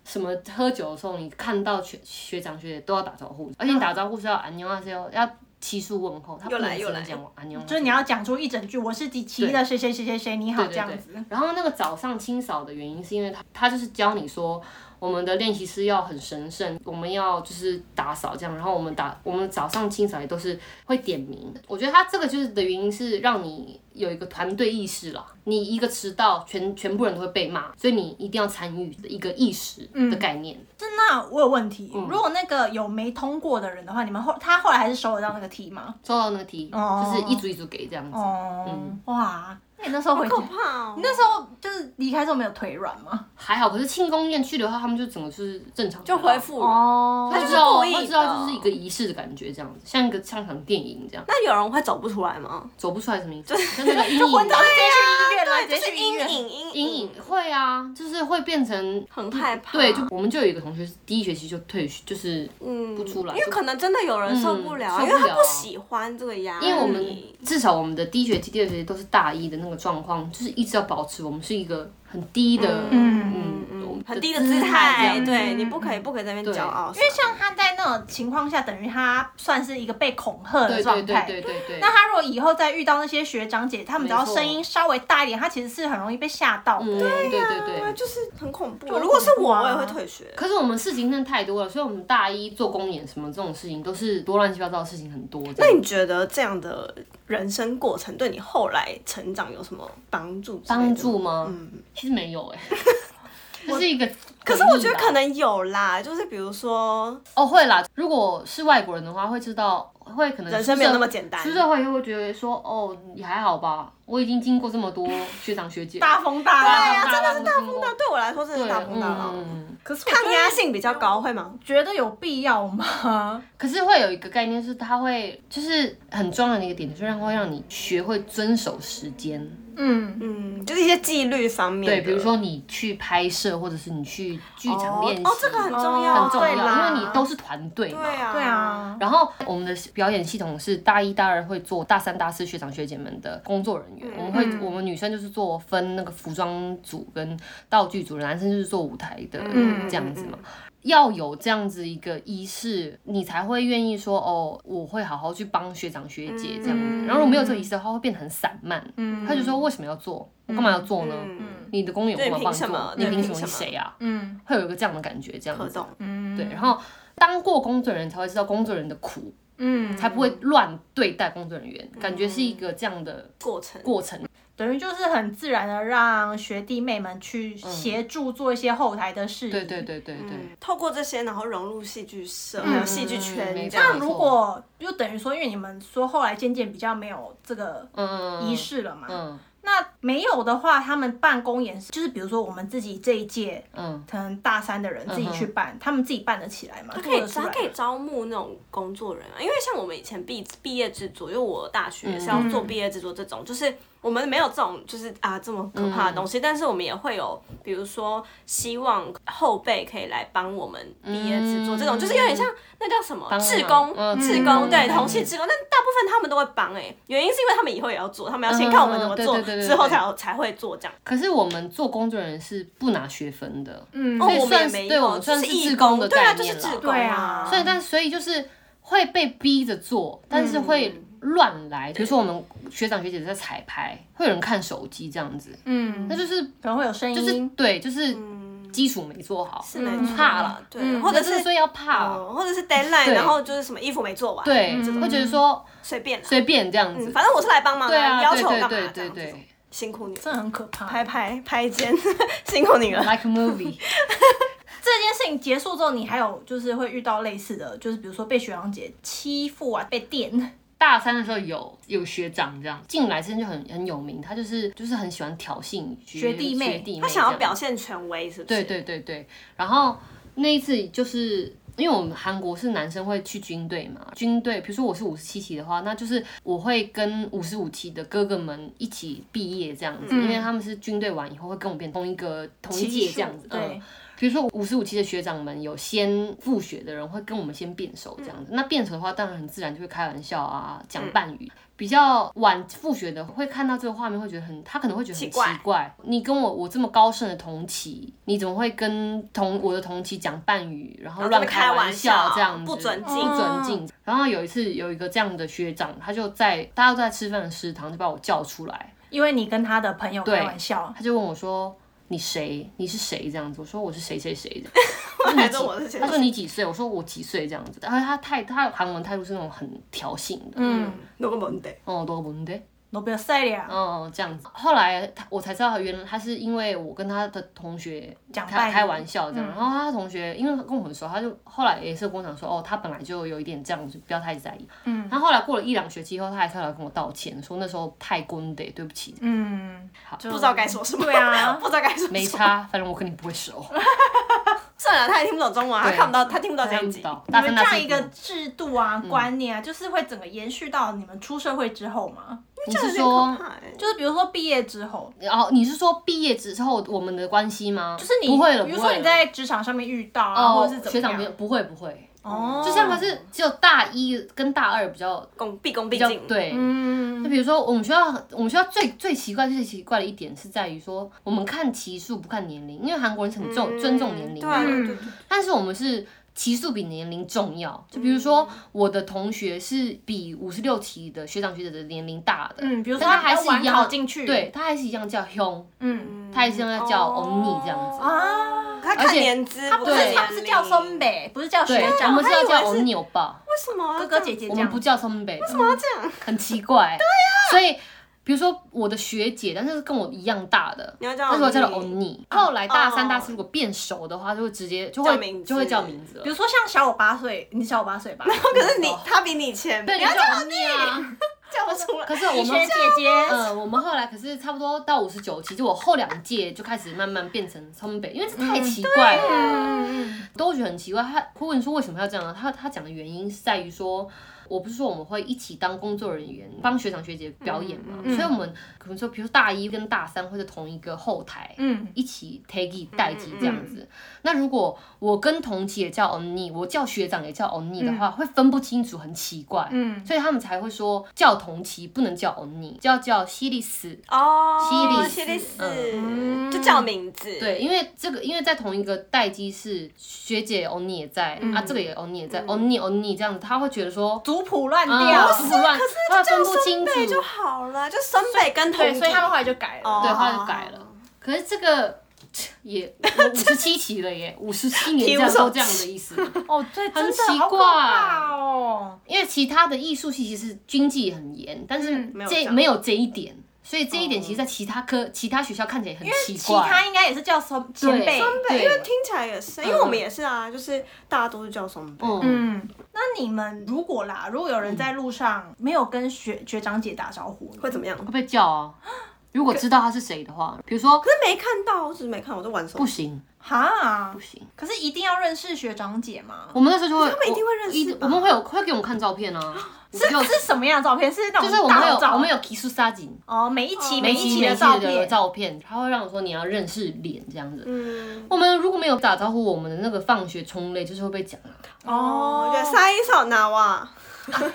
什么喝酒的时候，你看到学学长学姐都要打招呼，而且你打招呼是要安妞啊，是要要提速问候，他不又能来只又能来讲安妞啊，就是你要讲出一整句，我是第七的谁谁谁谁谁，你好这样子。然后那个早上清扫的原因是因为他他就是教你说，我们的练习师要很神圣，我们要就是打扫这样，然后我们打我们早上清扫也都是会点名。我觉得他这个就是的原因是让你有一个团队意识啦，你一个迟到，全全部人都会被骂，所以你一定要参与的一个意识嗯的概念。是那我有问题，如果那个有没通过的人的话，你们后他后来还是收得到那个题吗？抽到那个题，哦就是一组一组给这样子。哦，哇，那你那时候回家好可，怕哦你！那时候就是离开之后没有腿软吗？还好，可是庆功宴去的话，他们就整个就是正常就恢复了。哦他就知是道故意他的知道就是一个仪式的感觉这样子，像一个像场电影这样。那有人会走不出来吗？走不出来什么意思？就那个 阴影，啊去医院了，对，就是阴院。影，阴阴影会啊，就是会变成很害怕。对，就我们就有一个同学是第一学期就退学，就是嗯不出来因为可能真的有人受不了啊，嗯因为受不了啊他不喜欢这个压力。因为我们至少我们的第一学期、第二学期都是大一的那个状况，就是一直要保持我们是一个很低的，嗯嗯嗯很低的姿态姿这态，样子对你不可以不可以在那边对骄傲，因为像他在那种情况下，等于他算是一个被恐吓的对状对对态。对对对。那他如果以后再遇到那些学长姐，他们只要没错声音稍微大一点，他其实是很容易被吓到的。啊嗯，对对对，对。就是很恐怖。就很如果是恐怖我，啊我也会退学。可是我们事情真的太多了，所以我们大一做公演什么这种事情都是多乱七八糟的事情很多。这那样你觉得这样的人生过程对你后来成长有什么帮助？帮助？吗？其实没有哎，就是一个诡异吧。嗯可是我觉得可能有啦，就是比如说，哦，会啦。如果是外国人的话，会知道，会可能人生出没有社那么简单出社会又会觉得说，哦，你还好吧？我已经经过这么多学长学姐，大风大对哎浪，呀、真的是大风那对我来说真的是大风大浪，嗯，可是抗压性比较高，会吗？觉得有必要吗？可是会有一个概念是，它会就是很重要的一个点，就是让会让你学会遵守时间。 嗯，嗯，就是一些纪律方面的。对，比如说你去拍摄，或者是你去剧场哦练习，哦，这个很重哦要，很重对要，啦因为你都是团队嘛。对啊， 对。啊，然后我们的表演系统是大一、大二会做大三、大四学长学姐们的工作人员，嗯我们会我们女生就是做分那个服装组跟道具组，男生就是做舞台的嗯这样子嘛。要有这样子一个仪式，你才会愿意说哦，我会好好去帮学长学姐这样子。嗯然后如果没有这个仪式的话，会变得很散漫。嗯嗯他就说为什么要做？我干嘛要做呢？嗯，你的工友对干嘛帮你凭什做么？你对凭什凭么？什你么谁啊？嗯会有一个这样的感觉，这样可子。懂。嗯，对，然后当过工作人员才会知道工作人员的苦，嗯，才不会乱对待工作人员，感觉嗯是一个这样的过程过程。等于就是很自然的让学弟妹们去协助做一些后台的事宜。嗯对对对对对，嗯透过这些，然后融入戏剧社、嗯呃还有戏剧嗯没圈这错那样。如果就等于说，因为你们说后来渐渐比较没有这个嗯，仪式了嘛，嗯那没有的话，他们办公演是就是比如说我们自己这一届嗯，可能大三的人自己去办，他们自己办得起来吗？他可做以得出他来可以吗招募那种工作人员，因为像我们以前毕毕业制作，因为我大学是要嗯做毕业制作这种，就是我们没有这种就是啊这么可怕的嗯东西，但是我们也会有，比如说希望后辈可以来帮我们毕业制作这种，就是有点像那叫什么帮忙志工嗯，志志工工对嗯同系志工，但大部分他们都会帮哎，原因是因为他们以后也要做，他们要先看我们怎嗯么嗯嗯做，对对对对之后才有才会做这样。可是我们做工作人员是不拿学分的，嗯，哦所以，我们算也是没对我有，们就算是是义志工的对啊，概就是念志啦工对啊所以但所以就是会被逼着做，但是嗯会乱来。比如说我们学长学姐在彩排，会有人看手机这样子，嗯，那就是可能会有声音，就是对，就是嗯基础没做好，是没错嗯怕啦了对，或者那真的是所以要怕了。哦，或者是 deadline，啊对然后就是什么衣服没做完，，对，会觉得说随便啦，随便这样子嗯，，反正我是来帮忙对的，啊，你要求我干嘛？对这对对样这对种辛苦你了，这很可怕。拍拍拍肩， 辛苦你对了。 ，like a movie，这件事情结束之后，你还有就是会遇到类似的，就是比如说被学长姐欺负啊，被电， 大三的时候有有学长这样进来，之前就很很有名，他就是就是很喜欢挑衅学弟妹学弟妹他想这要样表现权威，是不对是？对对对，然后那一次就是。因为我们韩国是男生会去军队嘛，军队，比如说我是五十七期的话，那就是我会跟五十五期的哥哥们一起毕业这样子，因为他们是军队完以后会跟我变同一个同一届这样子，嗯对，比如说五十五期的学长们有先复学的人会跟我们先变熟这嗯样子，那变熟的话当然很自然就会开玩笑啊，讲半语。比较晚复学的会看到这个画面，会觉得很，他可能会觉得很奇怪奇怪。你跟我我这么高盛的同期，你怎么会跟同我的同期讲半语，然后然后这乱么开开玩笑笑这样子，不准不进准进。然后有一次有一个这样的学长，他就在大家都在吃饭的食堂就把我叫出来，因为你跟他的朋友开玩笑，他就问我说：“你谁？你是谁？”这样子，我说：“我是谁谁谁 的。后来说我是谁他说：“你几岁？”我说：“我几岁？”这样子。然后他态，他的韩文态度是那种很挑衅的，嗯，那个蒙得，哦，多问题，罗比尔塞利亚，哦，这样子。后来他我才知道，原来他是因为我跟他的同学讲半开语嗯开玩笑这样，然后他同学因为跟我很熟，他就后来也是跟我讲说：“哦，他本来就有一点这样子，不要太在意。”嗯，他后来过了一两学期后，他还是来跟我道歉，说那时候太滚得，对不起，嗯，不知道该说什么。对啊 不知道该说什么。没差，反正我肯定不会 熟。算了，他也听不懂中文啊，他对看不到，他听不到这看一不集。到你大们三这大样四一个制度啊、嗯观念啊，就是会整个延续到你们出社会之后吗？你是这样说有点可怕欸就是比如说毕业之后，然后你是说毕业之后我们的关系吗？就是你不会了，比不如会说了你在职场上面遇到啊，或哦者是怎么学长样没有不会不会，哦，就像可是只有大一跟大二比较公毕恭比毕较敬，，对。嗯就比如说，我们学校我们学校最最奇怪、最奇怪的一点是在于说，我们看期数不看年龄，因为韩国人是很重、尊重年龄的，对啊，嗯对对对但是我们是期数比年龄重要。就比如说，我的同学是比五十六期的学长学姐的年龄大的，嗯，比如说但他比较还是晚一样考进去，对，他还是一样叫兄，嗯他也是要叫哦欧尼这样子啊，他而看且年资，他不看是对他年不是叫龄松，北，不是叫学对，我长，们是要啊他以为叫欧尼欧巴。为什么啊哥哥姐？姐我这们样不。叫 Sun b 为什这样为什么要这样？很奇怪。对呀、所以比如说我的学姐，但是跟我一样大的，你要叫但是我叫她欧 Oni。后来大三、哦大四如果变熟的话，就会直接就叫会名字就会叫名字了比。如说像小我八岁，你小我 八岁吧，可是你他比你前，对，你你要叫叫 Oni 啊。叫不出来。可是我你学们姐姐，呃，我们后来可是差不多到五十九期，就我后两届就开始慢慢变成松北，因为这太奇怪了。嗯都觉得很奇怪。他会问说为什么要这样啊？他他讲的原因是在于说，我不是说我们会一起当工作人员，帮学长学姐表演嗯嘛，所以我们可能说，比如说大一跟大三会在同一个后台。嗯一起 take it 代替这样子，那如果我跟同期也叫 only，我叫学长也叫 only 的话，会分不清楚，很奇怪，嗯所以他们才会说叫同期不能叫 only，就要叫西利斯。哦，西西里里斯嗯斯，就叫名字。，对，因为这个，因为在同一个待机室，学姐 only 也在、嗯啊，这个也 only 也在、only only 这样子，他会觉得说，族谱乱啊，掉，胡乱，他分不清楚，对就好了，就森北跟同对，组所以他们后来就改了哦。对，他就改了。可是这个也五十七期了耶，五十七年这样都这样的意思。哦，对，真的奇好可怪怕哦。因为其他的艺术系其实经济也很严，但是嗯没有这这、样没有这一点，所以这一点其实在其他科、其他学校看起来很奇其他怪。应该也是叫松前对辈。松北，对因为听起来也是，因为我们也是啊，就是大家都是叫松北。嗯，嗯，那你们如果啦，如果有人在路上没有跟学学长姐打招呼，会怎么样？会被叫啊。如果知道他是谁的话，比如说可是没看到，我只是没看，我在玩手不机。行哈不？行，可是一定要认识学长姐吗？我们那时候就会，他们一定会认识一定吧我们会有会给我们看照片啊，是有是什么样的照片？是那就是我种们大有头照？我们有提出沙井，哦，每一期每哦每一期期每的期照的片，照片，他会让我说你要认识脸这样子。嗯，我们如果没有打招呼，我们的那个放学冲类就是会被讲 啊，哦哦，对，塞一手拿哇，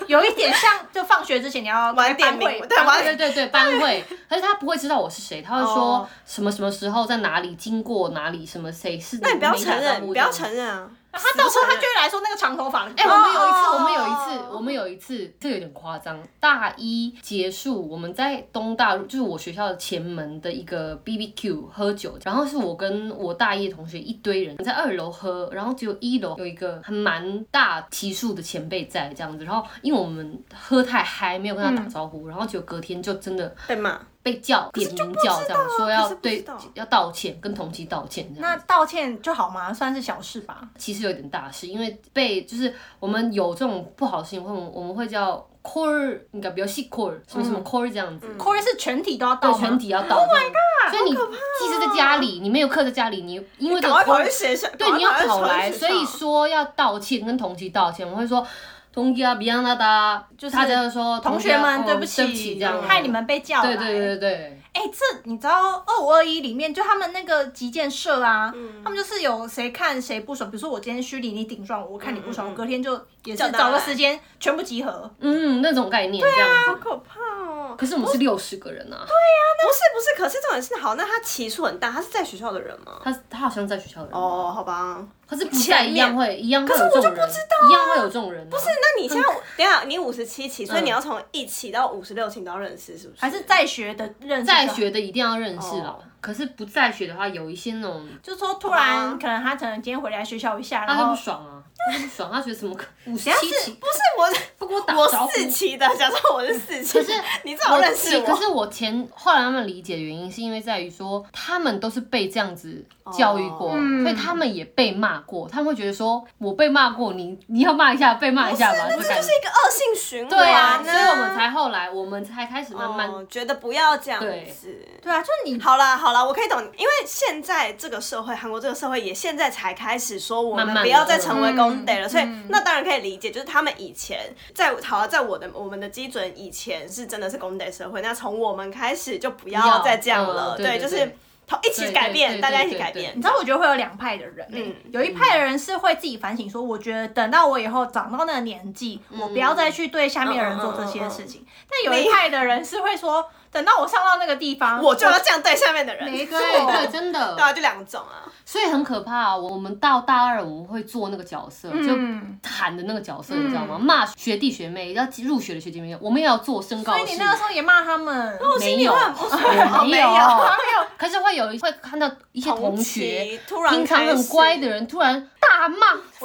有一点像，就放学之前你要晚点班会名对晚对对对，班会，可是他不会知道我是谁，他会说哦什么什么时候在哪里经过哪里，什么谁是那你不要没打承招认，呼你不这要样承认啊！他到时候他死不承认就会来说那个长头发的。哎、我们有一次，哦我们有一次，我们有一次，这有点夸张。大一结束，我们在东大路，就是我学校的前门的一个 B B Q 喝酒，然后是我跟我大一的同学一堆人在二楼喝，然后只有一楼有一个还蛮大提数的前辈在这样子，然后因为我们喝太嗨，没有跟他嗯打招呼，然后结果隔天就真的被骂，被叫点名叫这样，说要可是不对知道要道歉，跟同期道歉这样。那道歉就好吗？算是小事吧。其实有点大事，因为被就是我们有这种不好的事情，会我们会叫 core 应该比较细 core 什么什么 core 这样子， core 是全体都要嗯到对吗，全体要到。Oh my god！所以你即使在家里，你没有课在家里，你因为这赶个快跑 core 去学校，对，你要赶快跑来，去学所校以说要道歉，跟同期道歉。我们会说，同期啊，比安娜达，就是大家就说同学们，对对不起，哦对起这样，害你。们被叫对来。对对对对，哎、这你知道二五二一里面就他们那个击剑社啊，嗯他们就是有谁看谁不爽，比如说我今天虚拟你顶撞我，我看你不爽，嗯嗯我隔天就也叫是大家找个来时间全部集合。嗯，那种概念这样好子。可怕哦！可是我们是六十个人啊，不是不是，可是重点是好，那他期数很大，他是在学校的人吗？他他好像在学校的人，哦，好吧。可是不在一样会一样会有这种人，一样会有这种人啊。不是那你现在等一下你五十七期，所以你要从一期到五十六期你都要认识，是不是？还是在学的认识的在，学的一定要认识了哦，可是不在学的话，有一些那种就是说突啊然可能他可能今天回来学校一下，他然会后不爽啊，他不爽，他觉得 怎么可五十等下七是起，不是 不跟我打 我我招呼四期的，假装我是四期，可是 你最好认识对可我。是我前后来他们理解的原因，是因为在于说他们都是被这样子教育过，哦嗯所以他们也被骂过，他们会觉得说我被骂过，你你要骂一下，被骂一下吧， 那这这感就觉是一个恶性循环、对啊，所那以我们才后来我们才开始慢慢、哦、觉得不要这样对子。对啊，就是你好啦好啦，我可以懂，因为现在这个社会，韩国这个社会也现在才开始说我慢们慢不地要再成为嗯公敌了，所以嗯那当然可以理解，就是他们以前在好了，在我的我们的基准以前是真的是公敌社会，那从我们开始就不不要要再这样嗯了，对对就对是同一起对改对变，对大家对一起对改对变你。知道，我觉得会有两派的人、欸嗯有一派的人是会自己反省，说我觉得等到我以后长到那个年纪，嗯我不要再去对下面的人做这些事情。但有一派的人是会说，等到我上到那个地方，我就要这样对下面的人，没对 错，对对，真的，啊，就两种啊，所以很可怕、啊我我们到大二，我们会做那个角色，嗯就喊的那个角色，你知道嗯吗？骂学弟学妹，要入学的学弟妹，我们也要做身高所式。以你那个时候也骂他们，没有，哦没没有有， 可是会有一会看到一些同学，期突然平常开很始乖的人突然大骂，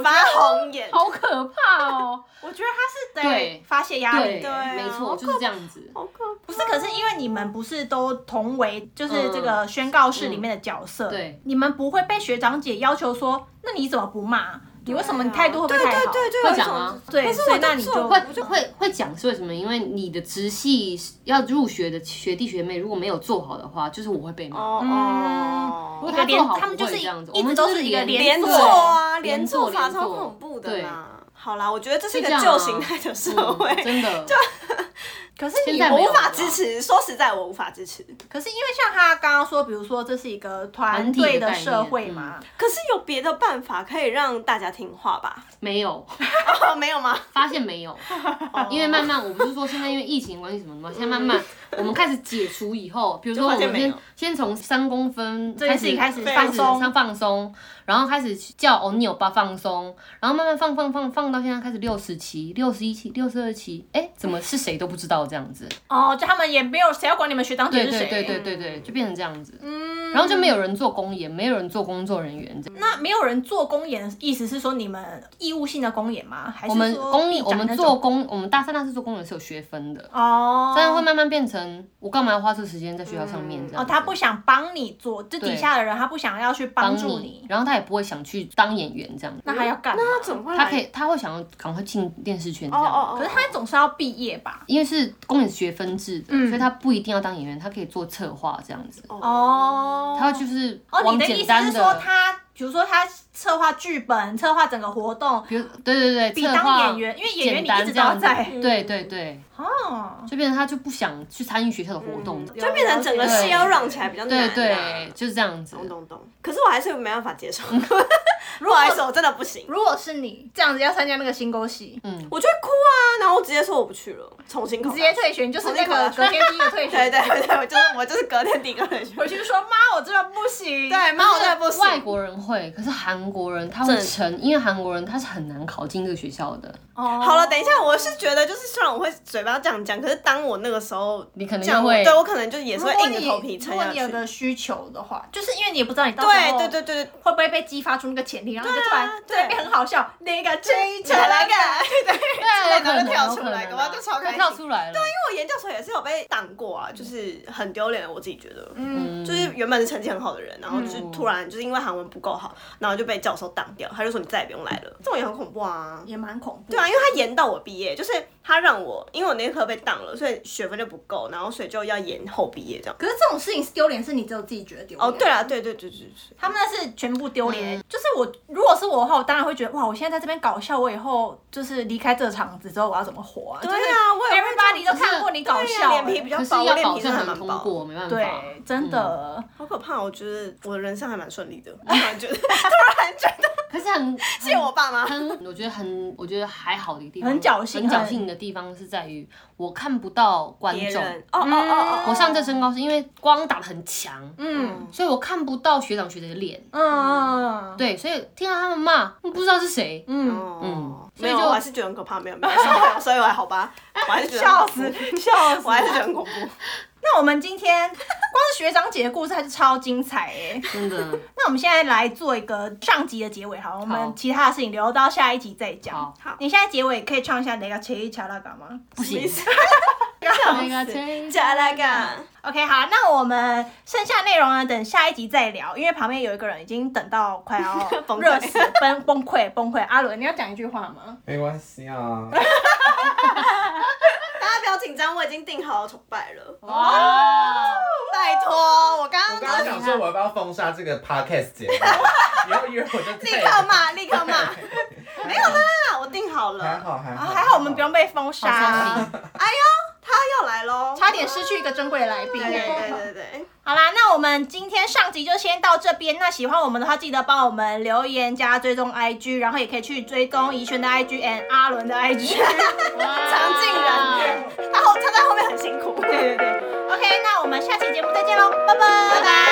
发红眼，好可怕哦！我觉得他是对在发泄压力对， 对的。啊没错，好就是这样子。好可不是，可是因为你们不是都同为就是这个宣告室里面的角色，嗯对，你们不会被学长姐要求说，那你怎么不骂？你为什么你态度会不会太好？对对会有一讲种吗对可是所以我那你做就会我就会会讲是为什么？因为你的直系要入学的学弟学妹，如果没有做好的话，因为他做好就是我会被骂。哦不哦过一他个做连好他们就是这样子，一我们直都就是一个连连连坐坐啊，连连坐法连超坐恐怖的对 啦。好啦，我觉得这是一就个这样啊旧形态的社会，嗯真的。可是现你在我没有无法了支持。说实在，我无法支持。可是因为像他刚刚说，比如说这是一个团团体的队概念社会嘛，嗯可是有别的办法可以让大家听话吧？没有，哦没有吗？发现没有，因为慢慢，我不是说现在因为疫情关系什么的嘛，现在慢慢我们开始解除以后，比如说就我发现们没先有先从三公分这件事情开开始开始放松上放松，然后开始叫哦欧尼欧巴放松，然后慢慢放放放放到现在开始六十期、六十一期、六十二期，哎，怎么是谁都不知道这样子？哦，就他们也没有谁要管你们学长对姐是对谁，嗯对对对对，就变成这样子，然后就没有人做公演，没有人做工作人员这样。那没有人做公演，意思是说你们义务性的公演吗？还是我们说公你讲我们那做种工，我们大三、大四做工演是有学分的，哦，但是会慢慢变成我干嘛要花这时间在学校上面这样哦，子？他不想帮你做，就底对下的人他不想要去帮帮助你，，然后他也不会想去当演员这样子。那他要干嘛？那他怎么会来？他可以，他会想要赶快进电视圈这哦样。哦哦，可是他总是要毕业吧？因为是公演学分制的，嗯所以他不一定要当演员，他可以做策划这样哦子。哦，他就是哦，往你的简意思单是说他，比如说他策划剧本，策划整个活动，比如对对对，比策当划演员因为演员简单你一直这样都子在对对对，哦，就变成他就不想去参与学校的活动，有就变成整个戏要让起来比较嗯难对啊。对，就是这样子。懂懂懂。可是我还是没办法 接受，如果还是我真的不行，如果是你这样子要参加那个新沟戏，我就会哭啊，然后我直接说我不去了，重新考你大直学。接退学，你就是那个隔天第一个退哦 学。对对对，我就是我就是隔天第一个人 去。回去就说妈，我真的不行。对，妈，我真的不外行。国人会，可是韩国人他会真成，因为韩国人他是很难考进这个学校的。哦，好了，等一下，我是觉得就是虽然我会嘴巴这样讲，可是当我那个时候，你可能这样就我会对我可能就也是如会果硬着你头皮撑如果下你去。有个需求的话，就是因为你也不知道你到时对候对对对对，会不会被激发出那个潜力，然后你就突然对啊对对很好笑，那个追起起来来了 感。对，然后就跳有出可来能搞不好啊就超开心跳出来了。因为我研究所也是有被挡过啊，就是很丢脸，我自己觉得。嗯，嗯就是原本是成绩很好的人，然后就是嗯突然就是因为韩文不够好，然后就被教授挡掉，他就说你再也不用来了，这种也很恐怖啊。嗯也蛮恐怖。对啊，因为他延到我毕业，就是他让我，因为我那科被当了，所以学分就不够，然后所以就要延后毕业这样。可是这种事情是丢脸，是你只有自己觉得丢脸。哦，对嗯啊，对对对对对，他们那是全部丢脸。就是我，如果是我的话，我当然会觉得哇，我现在在这边搞笑，我以后就是离开这个场子之后，我要怎么活啊？对啊我也会这 everybody 样都看过你搞对笑啊欸，脸皮比较可是薄，我要脸保皮证真的还很蛮通薄。过，没办法。对，真的。啊嗯好可怕！我觉得我的人生还蛮顺利 的，我突然觉得可是 很谢我爸妈。嗯很，我觉得很，我觉得还好的地方，很侥幸很侥很幸的地方是在于我看不到观别众。嗯人哦哦哦我上这身高是因为光打得很强，嗯所以我看不到学长学姐的脸。嗯哦嗯对，所以听到他们骂，不知道是谁。嗯，哦，嗯嗯，所没以有，就我还是觉得很可怕，没有没有， 所以我所以我还好吧，我还是觉得笑很死恐怖，笑死我！还是觉得很恐 怖。那我们今天光是学长姐的故事，它就超精彩哎、嗯真的，那我们现在来做一个上集的结尾，好了，好我们其他的事情留到下一集再讲好。好你现在结尾可以唱一下那个《切一恰拉嘎》吗不行。笑那死个谁加拉干， ？OK，好，那我们剩下内容呢，等下一集再聊，因为旁边有一个人已经等到快要崩溃热死、崩崩溃、崩溃。阿伦，你要讲一句话吗？没关系 啊，大家不要紧张，我已经订好了崇拜了，哦哇，拜托，我刚我刚刚刚想说我要不要封杀这个 podcast 节目，以后约我就立再也刻 骂，立刻骂，没有啦，我订好还了，好还啊，好，还好我们不用被封杀、好伤啊，心他要来喽，差点失去一个珍贵的来宾、对欸。对对对对，好啦，那我们今天上集就先到这边。那喜欢我们的话，记得帮我们留言加追踪 IG，然后也可以去追踪怡璇的 IG and 阿伦的 IG。常进啊人，然后他在后面很辛苦，对对对，OK，那我们下期节目再见喽，拜拜，拜拜。